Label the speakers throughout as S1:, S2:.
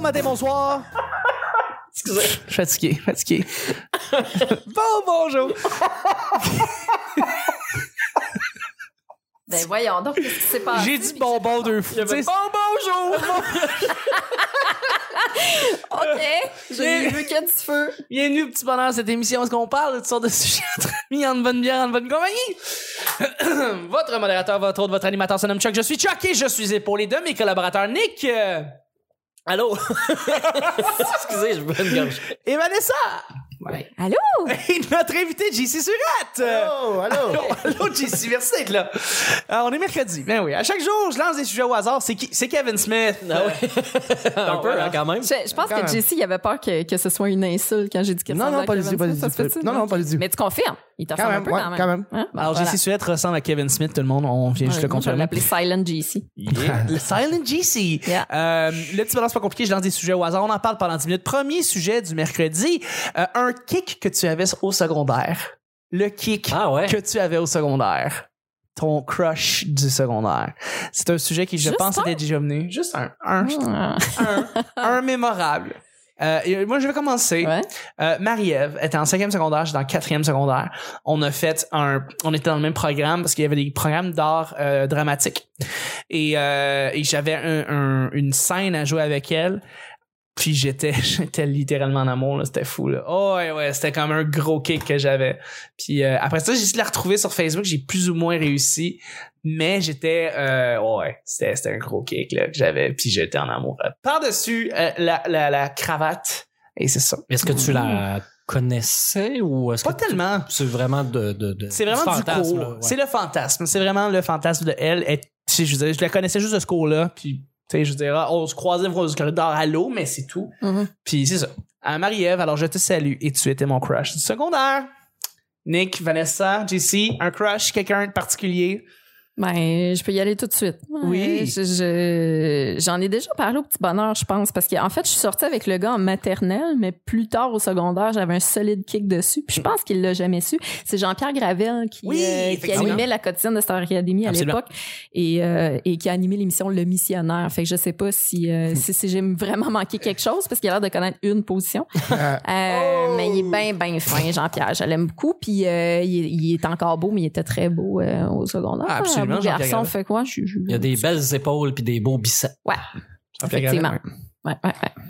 S1: matin, bonsoir.
S2: Excusez.
S1: Fatigué, fatigué. bon, bonjour.
S3: Ben voyons donc, qu'est-ce qui s'est passé?
S1: J'ai dit bonbon deux
S2: Il
S1: fois.
S2: y
S1: Tu sais,
S2: avait bon bonjour!
S3: OK, j'ai vu que du feu.
S1: Bienvenue, au petit bonheur, à cette émission. Est-ce qu'on parle de toutes sortes de sujets entre amis, en bonne bière, en bonne compagnie? votre modérateur, votre autre, votre animateur, son nomme Chuck. Je suis Chuck et je suis épaulé de mes collaborateurs Nick euh,
S2: Allô? Excusez, je veux une gorge.
S1: et Vanessa.
S3: Allô?
S1: Et notre invité, JC Surette.
S2: Oh, allô?
S1: Allô, allô, JC, merci d'être là. Euh, on est mercredi. Ben oui, à chaque jour, je lance des sujets au hasard. C'est qui? C'est Kevin Smith.
S2: Ah ouais. Un
S1: Bon,
S2: peu,
S1: voilà.
S2: hein, quand même.
S3: Je, je pense que
S4: même.
S3: Jesse, il avait peur que, que ce soit une insulte quand j'ai dit que
S4: Non, non, pas du tout, pas du tout. Non, non, pas du tout.
S3: Mais tu confirmes. Il t'a fait
S4: Quand
S3: un
S4: même,
S3: peu
S4: ouais,
S3: quand même.
S4: quand même.
S3: Hein? Bon,
S1: Alors,
S3: voilà.
S1: JC Surette ressemble à Kevin Smith, tout le monde. On vient juste
S3: Ouais,
S1: le
S3: moi, Je vais
S1: confirmer.
S3: l'appeler Silent JC.
S1: Yeah. Le Silent GC.
S3: Yeah.
S1: Euh, le petit balance pas compliqué, je lance des sujets au hasard. On en parle pendant 10 minutes. Premier sujet du mercredi, euh, un kick que tu avais au secondaire. Le kick
S2: Ah ouais?
S1: que tu avais au secondaire. Ton crush du secondaire. C'est un sujet qui, je
S3: Juste
S1: pense,
S3: un?
S1: était déjà venu. Juste un. Un,
S3: Ah,
S1: un, un mémorable. Euh, et moi, je vais commencer.
S3: ouais.
S1: Euh, Marie-Ève était en cinquième secondaire, j'étais en quatrième secondaire. On a fait un, on était dans le même programme parce qu'il y avait des programmes d'art euh, dramatique. Et, euh, et j'avais un- un- une scène à jouer avec elle. Puis j'étais, j'étais littéralement en amour, là, c'était fou. Là. Oh ouais, ouais, c'était comme un gros kick que j'avais. Puis euh, après ça, j'ai essayé de la retrouver sur Facebook, j'ai plus ou moins réussi. Mais j'étais, euh, ouais, c'était, c'était un gros kick là, que j'avais. Puis j'étais en amour. Par-dessus euh, la, la, la cravate. Et c'est ça.
S2: Est-ce que tu la connaissais ou est-ce
S1: Pas
S2: que tu-
S1: tellement.
S2: c'est vraiment de. de, de-
S1: C'est vraiment du
S2: fantasme,
S1: cours.
S2: là, ouais.
S1: C'est le fantasme. C'est vraiment le fantasme de elle. Elle- tu sais, je, veux dire, je la connaissais juste de ce cours-là. Puis, tu sais, je veux dire, ah, on se croisait dans le corridor à l'eau, mais c'est tout.
S3: Mhm.
S1: Puis, c'est ça. À Marie-Ève, alors je te salue et tu étais mon crush du secondaire. Nick, Vanessa, JC, un crush, quelqu'un de particulier.
S3: Ben, je peux y aller tout de suite.
S1: Oui.
S3: Ouais, je- je- J'en ai déjà parlé au petit bonheur, je pense, parce qu'en fait, je suis sortie avec le gars en maternelle, mais plus tard au secondaire, j'avais un solide kick dessus. Puis je pense qu'il l'a jamais su. C'est Jean-Pierre Gravel qui,
S1: Oui,
S3: euh, qui
S1: effectivement.
S3: animait la quotidienne de Star Academy à
S2: Absolument.
S3: l'époque et, euh, et qui a animé l'émission Le Missionnaire. Fait que je sais pas si, euh, si, si j'ai vraiment manqué quelque chose, parce qu'il a l'air de connaître une position. Euh, Mais il est bien, bien fin, Jean-Pierre. Je l'aime beaucoup. Puis euh, il, est- il est encore beau, mais il était très beau euh, au secondaire.
S1: Ah, absolument,
S3: Un beau
S1: Jean-Pierre
S3: garçon,
S1: Gravel.
S3: fait quoi? Je, je-
S2: Il y a des belles épaules puis des beaux biceps.
S3: Effectivement. Ouais, ouais, ouais.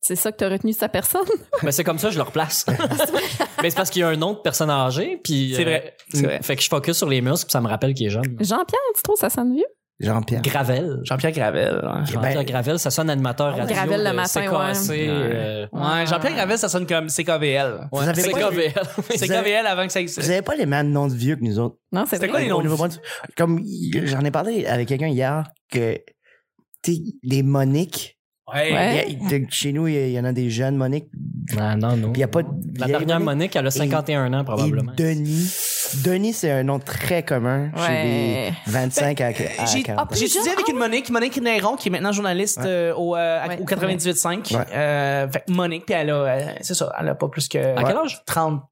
S3: C'est ça que tu as retenu de sa personne?
S2: Mais c'est comme ça, je le replace. Mais c'est parce qu'il y a un nom de personne âgée puis. euh,
S1: C'est vrai, c'est vrai.
S2: Fait que je focus sur les muscles puis ça me rappelle qu'il est jeune.
S3: Jean-Pierre, tu trouves ça sonne vieux?
S4: Jean-Pierre.
S2: Gravel.
S1: Jean-Pierre Gravel. hein.
S2: Jean-Pierre
S4: ben-
S2: Gravel, ça sonne
S1: Ah
S2: animateur radio.
S3: Gravel le
S2: de
S3: matin,
S2: CKC,
S3: ouais.
S2: euh,
S1: Ouais, Jean-Pierre Gravel, ça sonne comme CKVL.
S4: Vous avez
S2: C'est
S4: pas-
S2: Gravel.
S1: C'est
S4: Vous avez-
S1: CKVL avant que ça
S4: Vous
S1: existe.
S4: n'avez pas les mêmes noms de vieux que nous autres.
S3: Non, c'est
S1: C'était
S3: vrai.
S1: quoi les noms?
S4: Au niveau Brunswick. Comme il- j'en ai parlé avec quelqu'un hier que tu sais, les Moniques.
S3: Ouais.
S4: il y a- de- chez nous, il y a- il y en a des jeunes Moniques. puis
S2: Ah, non, non.
S4: Il n'y a pas de.
S2: La
S4: vieilles
S2: dernière Monique, elle a 51 ans
S4: Et
S2: probablement.
S4: Denis. Denis, c'est un nom très commun chez
S3: Ouais. Ben,
S4: les 25 à, à
S1: J'ai
S4: 40 ans.
S1: j'ai étudié avec une Monique, Monique Néron, qui est maintenant journaliste euh, au, euh, à-
S3: Ouais.
S1: au 98.5.
S4: Ouais.
S1: Euh, fait que Monique, puis elle a, euh, c'est ça, elle a pas plus que
S2: À quel âge?
S1: 30.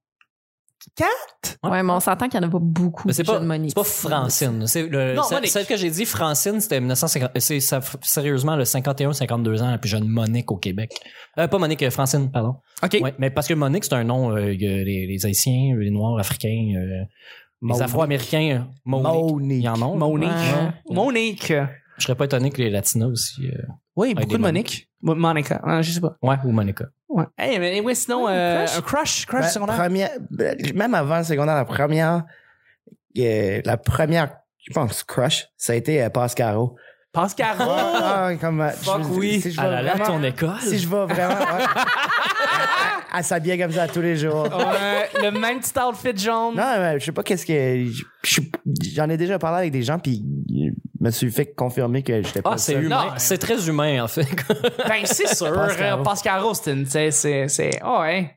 S3: Ouais, mais on s'entend qu'il n'y en a pas beaucoup.
S2: Mais c'est
S3: de
S2: pas,
S3: jeunes Monique.
S2: c'est pas Francine. C'est le-
S1: Non,
S2: celle-
S1: Monique.
S2: Celle que j'ai dit, Francine, c'était 1950. euh, C'est ça- sérieusement le 51-52 ans la plus jeune Monique au Québec. Euh, pas Monique, euh, Francine, pardon.
S1: OK.
S2: Ouais, mais parce que Monique, c'est un nom, euh, que les, les Haïtiens, les Noirs, Africains, euh, les
S4: Monique.
S2: Afro-Américains, euh, Monique.
S4: Monique.
S2: Il y en a.
S1: Monique.
S3: Ouais.
S1: Monique.
S2: Je serais pas étonné que les Latinos aussi. euh,
S1: Oui,
S2: des
S1: beaucoup de Monique. Mo- Monica, hein, je sais pas.
S2: ouais, ou Monica.
S1: Ouais. Hey, mais oui, sinon,
S3: Ouais,
S1: euh,
S3: crush.
S1: un crush, crush
S4: Ben,
S1: secondaire.
S4: première- ben, même avant le secondaire, la première, euh, la première, je pense, crush, ça a été euh, Pascaro.
S1: Pascal.
S4: Ah, comme, euh,
S1: Fuck
S4: je-
S1: oui.
S4: Si je
S2: Ah
S4: vais
S2: là là,
S4: vraiment,
S2: ton école.
S4: si je vais vraiment, ouais. elle s'habillait comme ça tous les jours.
S1: Ouais, le même petit outfit jaune.
S4: Non, mais je sais pas qu'est-ce que, je- je- j'en ai déjà parlé avec des gens puis je me suis fait confirmer que j'étais pas
S2: Ah, c'est
S4: le seul.
S2: humain.
S1: Non.
S2: C'est très humain, en fait.
S1: Ben, c'est sûr.
S4: Pascal.
S1: euh, Pascal Rostin, tu sais, c'est. c'est- Oh, ouais.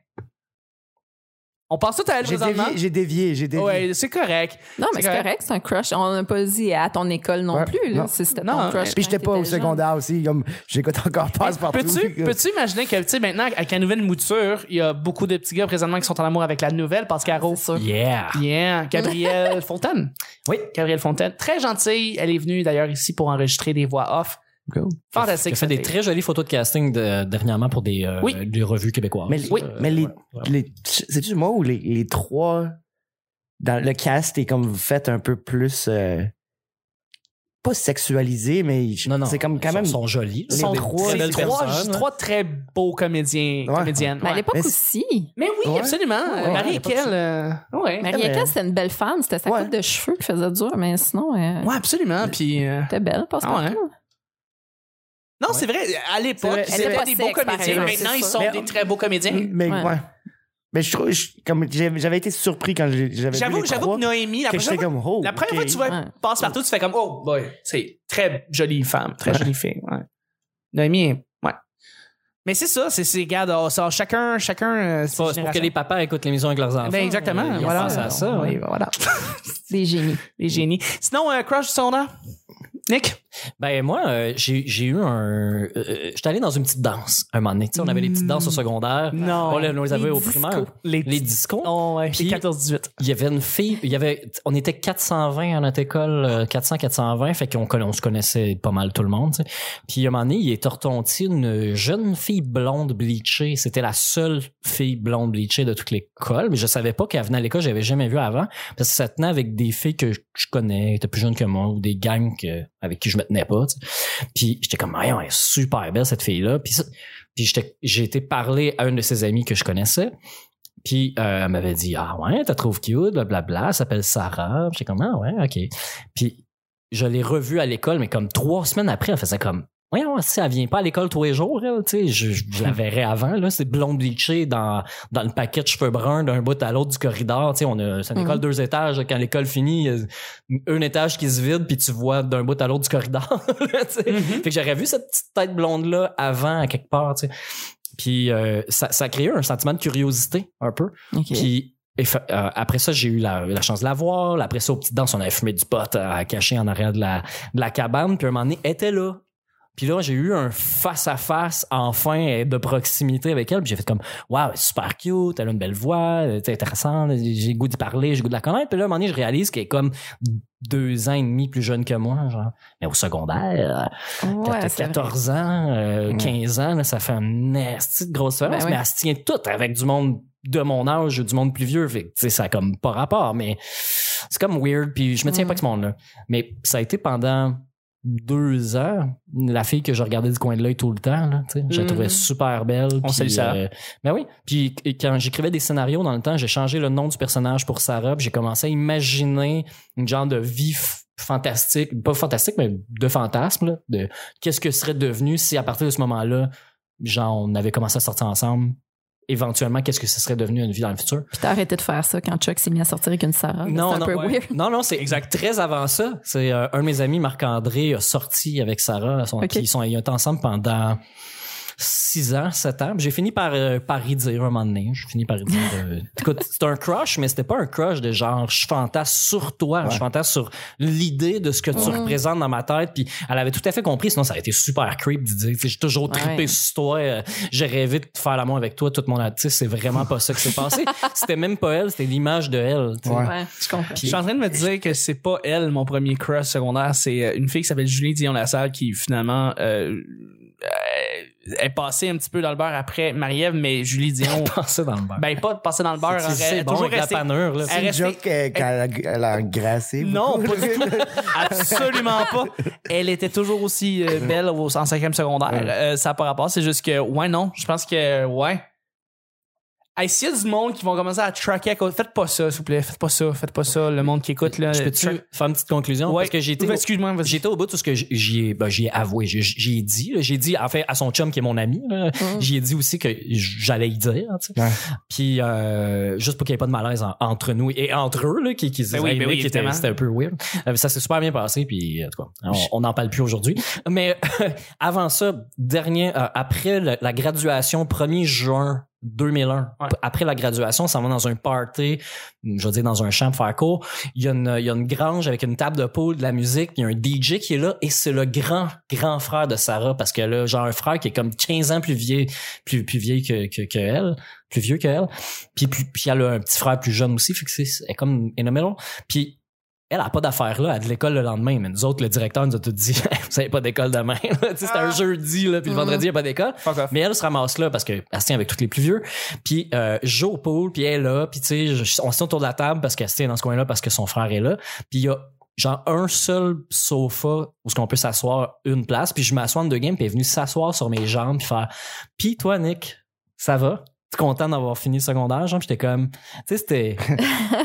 S1: On passe tout à elle
S4: J'ai
S1: présentement.
S4: dévié, j'ai dévié, j'ai dévié.
S1: Ouais, c'est correct.
S3: Non, mais
S1: C'est
S3: c'est
S1: correct.
S3: correct, c'est un crush. On n'a pas dit à ton école non
S4: Ouais,
S3: plus. Là.
S4: non.
S3: C'est- C'était
S1: Non,
S3: ton crush.
S4: Puis j'étais
S3: quand
S4: pas au
S3: t'étais jeune.
S4: secondaire aussi, comme j'écoute encore passe partout.
S1: Peux-tu peux-tu imaginer que, tu sais, maintenant, avec la nouvelle mouture, il y a beaucoup de petits gars présentement qui sont en amour avec la nouvelle Pascal Rose.
S2: yeah.
S1: Yeah, Gabrielle Fontaine.
S2: Oui.
S1: Gabrielle Fontaine. Très gentille. Elle est venue d'ailleurs ici pour enregistrer des voix off.
S4: Cool.
S1: Fantastique.
S2: J'ai fait
S1: cette
S2: des
S1: fille.
S2: très jolies photos de casting de- dernièrement pour des, euh,
S1: Oui.
S2: des revues québécoises. Euh,
S4: Mais,
S1: Oui.
S4: mais les,
S2: ouais.
S4: les- c'est-tu moi ou les, les trois dans le cast est comme fait un peu plus euh, pas sexualisé, mais je-
S2: Non, non.
S4: c'est comme quand
S2: Ils sont-
S4: même.
S2: sont jolies.
S1: Ce
S4: les-
S1: sont
S4: les
S1: trois,
S4: très hein.
S1: c'est
S2: belles
S1: trois,
S2: personnes, hein.
S1: trois très beaux comédiens,
S4: Ouais.
S1: comédiennes.
S3: Mais Ben, à
S1: ouais.
S3: l'époque
S4: Mais c'est-
S3: aussi.
S1: Mais oui,
S4: Ouais.
S1: absolument. Euh,
S4: Ouais.
S1: Marie et elle. ouais.
S3: Marie
S4: mais-
S3: c'était une belle fan. C'était sa
S4: Ouais.
S3: coupe de cheveux qui faisait dur, mais sinon, euh, elle
S1: Ouais, absolument. Puis. euh,
S3: était belle, passe
S1: Ah ouais.
S3: partout.
S1: Non, c'est vrai. À
S4: C'est
S1: l'époque,
S4: vrai.
S3: Elle était
S1: c'était
S3: pas
S1: des
S3: sexe,
S1: beaux
S3: par
S1: comédiens.
S3: exemple,
S1: Maintenant,
S3: c'est
S1: ils
S3: ça.
S1: sont
S4: Mais-
S1: des très beaux comédiens.
S4: Mais
S3: Ouais.
S4: ouais. Mais je trouve, je- comme j'ai- j'avais été surpris quand j'ai- j'avais vu
S1: J'avoue,
S4: les
S1: j'avoue
S4: trois,
S1: que Noémie, la
S4: que
S1: première,
S4: j'étais
S1: fois,
S4: comme oh,
S1: la première
S4: ok.
S1: fois que tu vois
S3: Ouais.
S1: passe partout, tu fais comme oh boy, c'est très jolie femme, très jolie fille. Ouais. Noémie, ouais. Mais c'est ça, c'est ces gars, ça, chacun, chacun. euh, ses
S2: C'est pas- c'est pour que
S1: générations.
S2: les papas écoutent l'émission avec
S4: Eh
S2: leurs enfants.
S1: Ben exactement,
S2: Ils ont
S1: voilà.
S2: pensé à ça.
S1: Oui,
S2: ouais.
S1: voilà.
S3: Des génies.
S1: Les génies. Sinon, euh, Crush Soda, Nick.
S2: Ben moi, euh, j'ai j'ai eu un. euh, J'étais allé dans une petite danse un moment donné. Tu sais, on avait les petites danses au secondaire.
S1: Non.
S2: On, les- on les avait
S3: Les
S2: au
S3: discos.
S2: primaire.
S1: Les,
S2: Les discos.
S1: Oh, ouais.
S2: Puis-
S1: les 14-18.
S2: Il y avait une fille, il y avait, on était 420 à notre école, euh, 400, 420, fait qu'on conna- on se connaissait pas mal tout le monde. tu sais. Puis à un moment donné, il est tortonti une jeune fille blonde bleachée. C'était la seule fille blonde bleachée de toute l'école, mais je savais pas qu'elle venait à l'école, j'avais jamais vu avant, parce que ça tenait avec des filles que je- je connais, qui étaient plus jeunes que moi, ou des gangs que- avec qui je me tenais pas. tu sais. Puis j'étais comme, Ah, elle est super belle cette fille-là. Puis, ça- puis j'étais- j'ai été parler à une de ses amies que je connaissais. Puis euh, elle m'avait dit Ah ouais, t'as trouvé cute, blablabla, elle s'appelle Sarah. Puis J'étais comme Ah ouais, ok. Puis je l'ai revue à l'école, mais comme trois semaines après, elle faisait comme Ouais, ouais, si elle vient pas à l'école tous les jours, elle, tu sais, je, je- je la verrais avant, là. C'est blonde bleachée dans, dans le paquet de cheveux bruns d'un bout à l'autre du corridor. Tu sais, on a, c'est une
S3: Mhm.
S2: école deux étages. Quand l'école finit, il y a un étage qui se vide, puis tu vois d'un bout à l'autre du corridor. tu sais. Fait que j'aurais vu cette petite tête blonde-là avant, à quelque part, tu sais. Puis euh, ça, ça a créé un sentiment de curiosité, un peu.
S3: OK.
S2: Puis et fa- euh, après ça, j'ai eu la, la chance de la voir. Après ça, aux petites danses, on avait fumé du pot à, à cacher en arrière de la, de la cabane. Puis un moment donné, elle était là. Puis là, j'ai eu un face-à-face, enfin, et de proximité avec elle. Puis j'ai fait comme, waouh, elle est super cute, elle a une belle voix, elle est intéressante, j'ai le goût d'y parler, j'ai le goût de la connaître. Puis là, à un moment donné, je réalise qu'elle est comme deux ans et demi plus jeune que moi, genre. Mais au secondaire, quand t'as
S3: Ouais, c'est vrai.
S2: 14 ans, euh, 15 ans, là, ça fait une esti de grosse différence.
S3: Ben oui.
S2: Mais elle se tient toute avec du monde de mon âge ou du monde plus vieux. Fait que, tu sais, ça a comme pas rapport, mais c'est comme weird. Puis je me tiens
S3: Mm.
S2: pas avec ce monde-là. Mais ça a été pendant deux ans, la fille que je regardais du coin de l'œil tout le temps, là, tu sais, je la
S1: Mm.
S2: trouvais super belle.
S1: On
S2: puis,
S1: salue Sarah.
S2: euh, ben oui. Puis et quand j'écrivais des scénarios dans le temps, j'ai changé le nom du personnage pour Sarah. puis j'ai commencé à imaginer une genre de vie f- fantastique, pas fantastique, mais de fantasme, là, de qu'est-ce que serait devenu si à partir de ce moment-là, genre, on avait commencé à sortir ensemble. Éventuellement, qu'est-ce que ce serait devenu une vie dans le futur?
S3: Puis t'as arrêté de faire ça quand Chuck s'est mis à sortir avec une Sarah.
S2: Non,
S3: c'est un
S2: non,
S3: peu
S2: ouais.
S3: weird.
S2: Non, non, c'est exact. Très avant ça, c'est euh, un de mes amis, Marc-André, a sorti avec Sarah. Son,
S3: Ok.
S2: puis Ils sont ils ont été ensemble pendant six ans, sept ans. Puis J'ai fini par, euh, par y dire un moment donné. J'ai fini par y dire. euh, écoute, c'était un crush, mais c'était pas un crush de genre je fantasme sur toi, je fantasme sur l'idée de ce que tu
S3: Mm.
S2: représentes dans ma tête. Puis elle avait tout à fait compris, sinon ça a été super creep de dire tu sais, j'ai toujours trippé
S3: Ouais.
S2: sur toi, euh, j'ai rêvé de faire l'amour avec toi toute mon année. Tu sais, C'est vraiment pas ça qui s'est passé. c'était même pas elle, c'était l'image de elle. tu sais.
S4: Ouais.
S3: Ouais, je comprends.
S1: Je suis en train de me dire que c'est pas elle mon premier crush secondaire, c'est euh, une fille qui s'appelle Julie Dion Lassalle qui finalement euh, euh, est passée un petit peu dans le beurre après Marie-Ève, mais Julie Dion,
S2: Passer dans le beurre.
S1: ben pas passée dans le beurre, elle,
S2: c'est
S1: est
S2: bon
S1: toujours
S2: avec la
S1: restée-
S2: panure. Là.
S1: elle
S4: C'est une
S1: restait-
S4: joke euh, qu'elle a- elle a engraissé.
S1: Non,
S4: beaucoup.
S1: pas du tout. Absolument pas. Elle était toujours aussi euh, belle au, en cinquième secondaire. Euh, ça n'a pas rapport. C'est juste que, ouais, non. Je pense que, ouais. Hey, S'il y a du monde qui vont commencer à tracker, à côté- faites pas ça, s'il vous plaît. Faites pas ça. Faites pas ça. Le monde qui écoute, là.
S2: Je
S1: le
S2: peux-tu
S1: track-
S2: faire une petite conclusion?
S1: euh, Ouais.
S2: Parce que j'ai été,
S1: Ouais, Excuse-moi, vas-y.
S2: j'étais au bout de tout ce que j- j'y ai, ben, j'y ai avoué. J'ai- J'y ai dit. là. J'ai dit, en fait, à son chum qui est mon ami, là, j'y ai dit aussi que j'allais y dire. tu sais.
S4: Ouais.
S2: Puis, euh, juste pour qu'il n'y ait pas de malaise en- entre nous et entre eux, là, qui, qui se
S1: Ben
S2: disaient,
S1: oui,
S2: hey,
S1: ben
S2: mec,
S1: oui,
S2: qui était-
S1: évidemment.
S2: c'était un peu weird. Euh, Ça s'est super bien passé. Puis, en tout cas, on- on n'en parle plus aujourd'hui. Mais avant ça, dernier, euh, après le- la graduation, 1er juin 2001,
S1: Ouais.
S2: p- après la graduation, ça va dans un party, hum, je veux dire dans un champ pour faire court. Il y, a une, il y a une grange avec une table de poule, de la musique, il y a un DJ qui est là et c'est le grand, grand frère de Sarah parce que là, genre un frère qui est comme 15 ans plus vieil, plus, plus vieil que, que, que elle, plus vieux que elle. Puis, puis, puis elle a un petit frère plus jeune aussi, fait que c'est elle est comme in the middle. Puis elle a pas d'affaires là, elle a de l'école le lendemain. Mais nous autres, le directeur nous a tout dit, vous avez pas d'école demain. là. Tu sais, C'était un jeudi, là, puis le vendredi, il n'y a pas d'école.
S1: Fuck off.
S2: Mais elle se ramasse là parce que elle se tient avec tous les plus vieux. Puis euh, Joe Paul, puis elle est là. Puis tu sais, je- on se tient autour de la table parce qu'elle se tient dans ce coin-là parce que son frère est là. Puis il y a genre un seul sofa où ce qu'on peut s'asseoir une place. Puis je m'assois en deux games, puis elle est venue s'asseoir sur mes jambes puis faire. Puis toi, Nick, ça va? T'es content d'avoir fini le secondaire, genre? Puis j'étais comme, tu sais, c'était.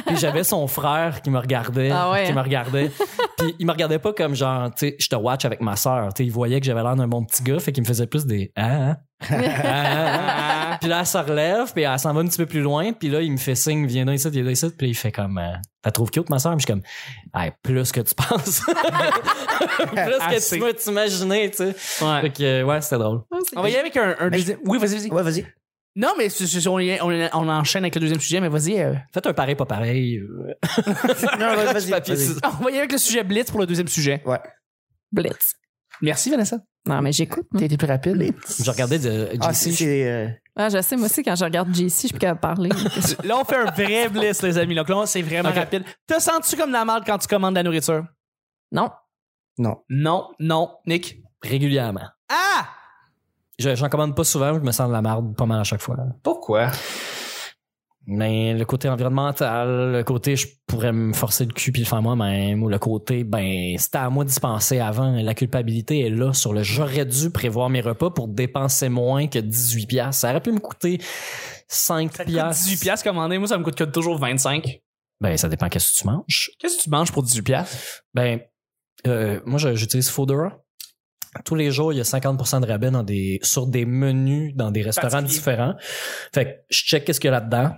S2: puis j'avais son frère qui me regardait,
S3: Ah ouais,
S2: qui
S3: hein?
S2: me regardait. puis il me regardait pas comme genre, tu sais, je te watch avec ma sœur. Tu sais, il voyait que j'avais l'air d'un bon petit gars, fait qu'il me faisait plus des. Ah, hein? Ah, ah. puis là, elle se relève, puis elle s'en va un petit peu plus loin, puis là, il me fait signe, viens donc ici, viens donc ici, puis il fait comme, euh, t'as trouvé cute, ma soeur? Puis je suis comme, Hey, plus que tu penses. plus que
S1: Assez.
S2: tu peux t'imaginer, tu sais. Fait
S1: Ouais.
S2: que, euh, ouais, c'était drôle.
S1: On va y aller avec un, un deuxième. Oui, vas-y, vas-y.
S4: Ouais, vas-y.
S1: Ben, Non, mais c'est- c'est- on, y- on y- on enchaîne avec le deuxième sujet, mais vas-y. euh.
S2: Faites un pareil, pas pareil. euh,
S4: Non, vas-y,
S2: du papier,
S4: vas-y.
S2: ciseaux.
S1: On va y aller avec le sujet Blitz pour le deuxième sujet.
S4: Ouais.
S3: Blitz.
S1: Merci, Vanessa.
S3: Non, mais j'écoute. moi.
S1: T'as été plus rapide.
S2: Je regardais de
S4: Ah,
S2: JC,
S4: c'est- c'est. euh,
S3: Ah, je sais, moi aussi, quand je regarde JC, je suis plus capable de parler.
S1: Là, on fait un vrai Blitz, les amis. Donc là, c'est vraiment
S2: Ok.
S1: rapide. Te sens-tu comme de la merde quand tu commandes de la nourriture?
S3: non.
S4: Non.
S1: Non, non, Nick.
S2: régulièrement.
S1: Ah!
S2: Je- J'en commande pas souvent, je me sens de la merde pas mal à chaque fois.
S1: Pourquoi?
S2: Mais le côté environnemental, le côté je pourrais me forcer le cul puis le faire moi-même, ou le côté ben c'était à moi de dispenser avant. La culpabilité est là sur le j'aurais dû prévoir mes repas pour dépenser moins que 18 pièces. Ça aurait pu me coûter 5
S1: Ça te coûte
S2: pièces.
S1: 18 piastres commander. Moi, ça me coûte que toujours 25.
S2: Ben ça dépend qu'est-ce que tu manges.
S1: Qu'est-ce que tu manges pour 18 piastres?
S2: Ben euh, moi je- j'utilise Foodora. Tous les jours, il y a 50% de rabais dans des, sur des menus dans des restaurants
S1: Particulier.
S2: différents. Fait que je check qu'est-ce qu'il y a là-dedans.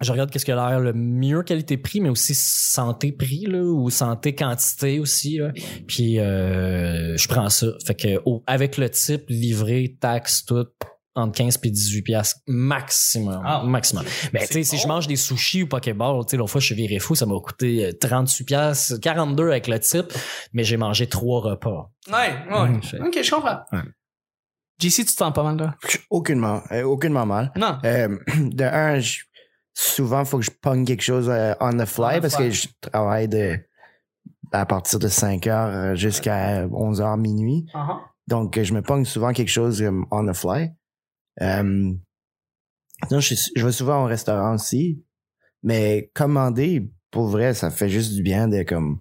S2: Je regarde qu'est-ce qu'il y a l'air le mieux qualité-prix, mais aussi santé-prix, là, ou santé-quantité aussi. Là. Puis euh, je prends ça. Fait que au- avec le type, livré, taxe, tout, entre 15 et 18 piastres maximum.
S1: Ah.
S2: maximum. Mais
S1: C'est
S2: Ben, tu sais, si
S1: bon.
S2: je mange des sushis ou Pokéball, tu sais, l'autre fois, je suis viré fou, ça m'a coûté euh, 38 piastres, 42 avec le type, mais j'ai mangé trois repas.
S1: Ouais,
S2: Mm, fait-
S1: ok, je comprends.
S2: Ouais.
S1: JC, tu te sens pas mal, là?
S4: Aucunement. euh, aucunement mal.
S1: Non.
S4: Euh, de un, je- souvent, il faut que je pogne quelque chose euh, on the fly
S1: On the
S4: parce
S1: fly.
S4: que je travaille de, à partir de 5 heures euh, jusqu'à 11 h minuit.
S1: Ah,
S4: Donc, euh, je me pogne souvent quelque chose euh, on the fly. Euh, non, je, suis- je vais souvent au restaurant aussi. Mais commander, pour vrai, ça fait juste du bien de comme.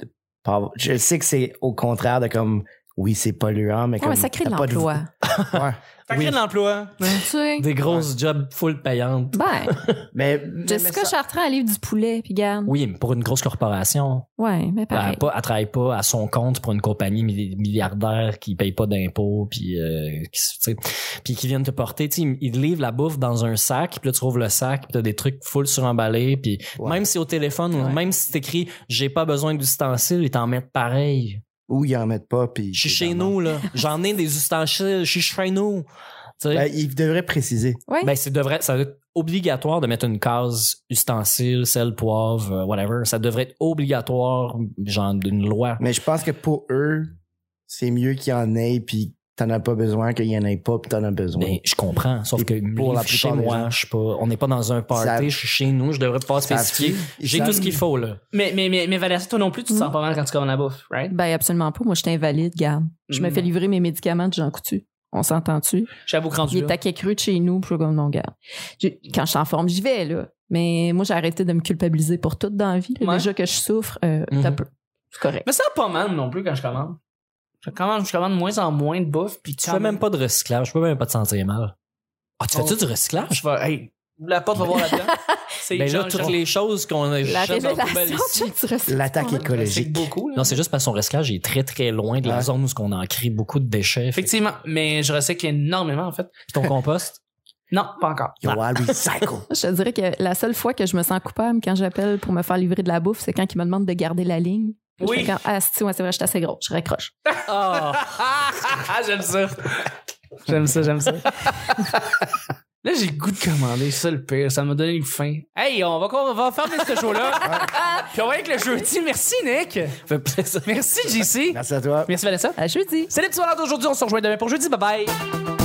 S4: de pas avoir- je sais que c'est au contraire de comme. Oui, c'est polluant, mais
S3: Ouais,
S4: comme.
S3: mais ça crée de
S4: t'as pas
S3: l'emploi.
S4: Ouais.
S1: Fait que
S2: Oui.
S1: rien de l'emploi.
S3: Tu sais?
S2: Des grosses jobs full payantes.
S3: Ben,
S4: Mais, mais-
S3: Jessica
S4: mais ça-
S3: Chartrand, elle livre du poulet, puis garde.
S2: Oui, mais pour une grosse corporation,
S3: Ouais, mais
S2: elle,
S3: pareil.
S2: a Ben, pas, elle travaille pas à son compte pour une compagnie milli- milliardaire qui paye pas d'impôts, puis euh, qui, se- tu sais, puis qui viennent te porter. tu sais, Ils ils te livrent la bouffe dans un sac, puis là, tu ouvres le sac, puis t'as des trucs full suremballés, puis
S4: Ouais.
S2: même si au téléphone, ou
S3: Ouais.
S2: même si t'écris « j'ai pas besoin d'ustensiles », ils t'en mettent pareil.
S4: Ou ils en mettent pas. Puis
S2: Je suis chez nous, là. J'en ai des ustensiles. Je suis chez nous. Tu sais?
S4: Ben,
S2: Ben,
S4: ils devraient préciser.
S3: Ouais.
S2: c'est devrait, ça doit être obligatoire de mettre une case ustensile, sel, poivre, euh, whatever. Ça devrait être obligatoire, genre d'une loi.
S4: Mais je pense que pour eux, c'est mieux qu'il y en ait, puis t'en as pas besoin, qu'il y en ait pas, puis t'en as besoin.
S2: Mais Ben, je comprends. Sauf
S4: Et
S2: que
S4: pour la
S2: livre chez
S4: plupart des
S2: moi,
S4: gens.
S2: je suis pas, on n'est pas dans un party,
S4: Ça-
S2: je suis chez nous, je devrais pas
S4: Ça
S2: spécifier.
S4: fait-
S2: J'ai
S4: ça-
S2: tout ce qu'il faut, là.
S1: Mais, mais, mais, mais Vanessa, toi non plus, tu te
S2: Mm.
S1: sens pas mal quand tu commandes la bouffe, right?
S3: Ben, absolument pas. Moi, je suis invalide, garde. Je me
S1: Mm.
S3: fais livrer mes médicaments de Jean Coutu. On s'entend-tu?
S1: J'avoue que rendu
S3: Il est
S1: là.
S3: taquet cru de chez nous, puis je suis comme non, garde. J'ai- Quand je suis en forme, j'y vais, là. Mais moi, j'ai arrêté de me culpabiliser pour tout dans la vie. là.
S1: Ouais.
S3: Déjà que je souffre, euh,
S2: Mhm.
S3: t'as peu. C'est correct.
S1: Mais ça pas mal non plus quand je commande. Je commande, je commande de moins en moins de bouffe. Puis
S2: Tu fais même pas de recyclage. Je peux même pas te sentir mal. Ah, tu fais-tu
S1: Oh.
S2: du recyclage?
S1: Je vais, hey, la porte va voir là-dedans. C'est
S2: Ben là,
S1: genre-
S2: toutes
S1: genre-
S2: les choses qu'on a
S3: La
S2: jetées dans la poubelle
S3: révélation,
S2: ici.
S3: tu te ressens-
S4: L'attaque
S1: C'est
S4: écologique.
S1: beaucoup. là.
S2: Non, c'est juste parce que son recyclage est très très loin de la
S4: Ouais.
S2: zone où on en crée beaucoup de déchets. Fait que
S1: Effectivement, mais je recycle énormément en fait.
S2: Puis ton compost,
S1: Non, pas encore.
S4: Yo, I recycle.
S3: Je te dirais que la seule fois que je me sens coupable quand j'appelle pour me faire livrer de la bouffe, c'est quand ils me demandent de garder la ligne. Puis
S1: Oui.
S3: Je fais comme, ah, c'est ouais, c'est vrai, je suis assez gros, je raccroche.
S1: j'aime ça. Ah! J'aime ça, j'aime ça. Là, j'ai le goût de commander, c'est ça le pire. Ça m'a donné une faim. Hey, on va, on va fermer ce show-là. Puis on va avec le jeudi. Merci, Nick.
S2: fait plaisir.
S1: Merci, JC.
S4: Merci à toi.
S1: Merci, Vanessa.
S3: À jeudi.
S1: C'est les petits bonheurs d'aujourd'hui. On se rejoint demain pour jeudi. Bye bye.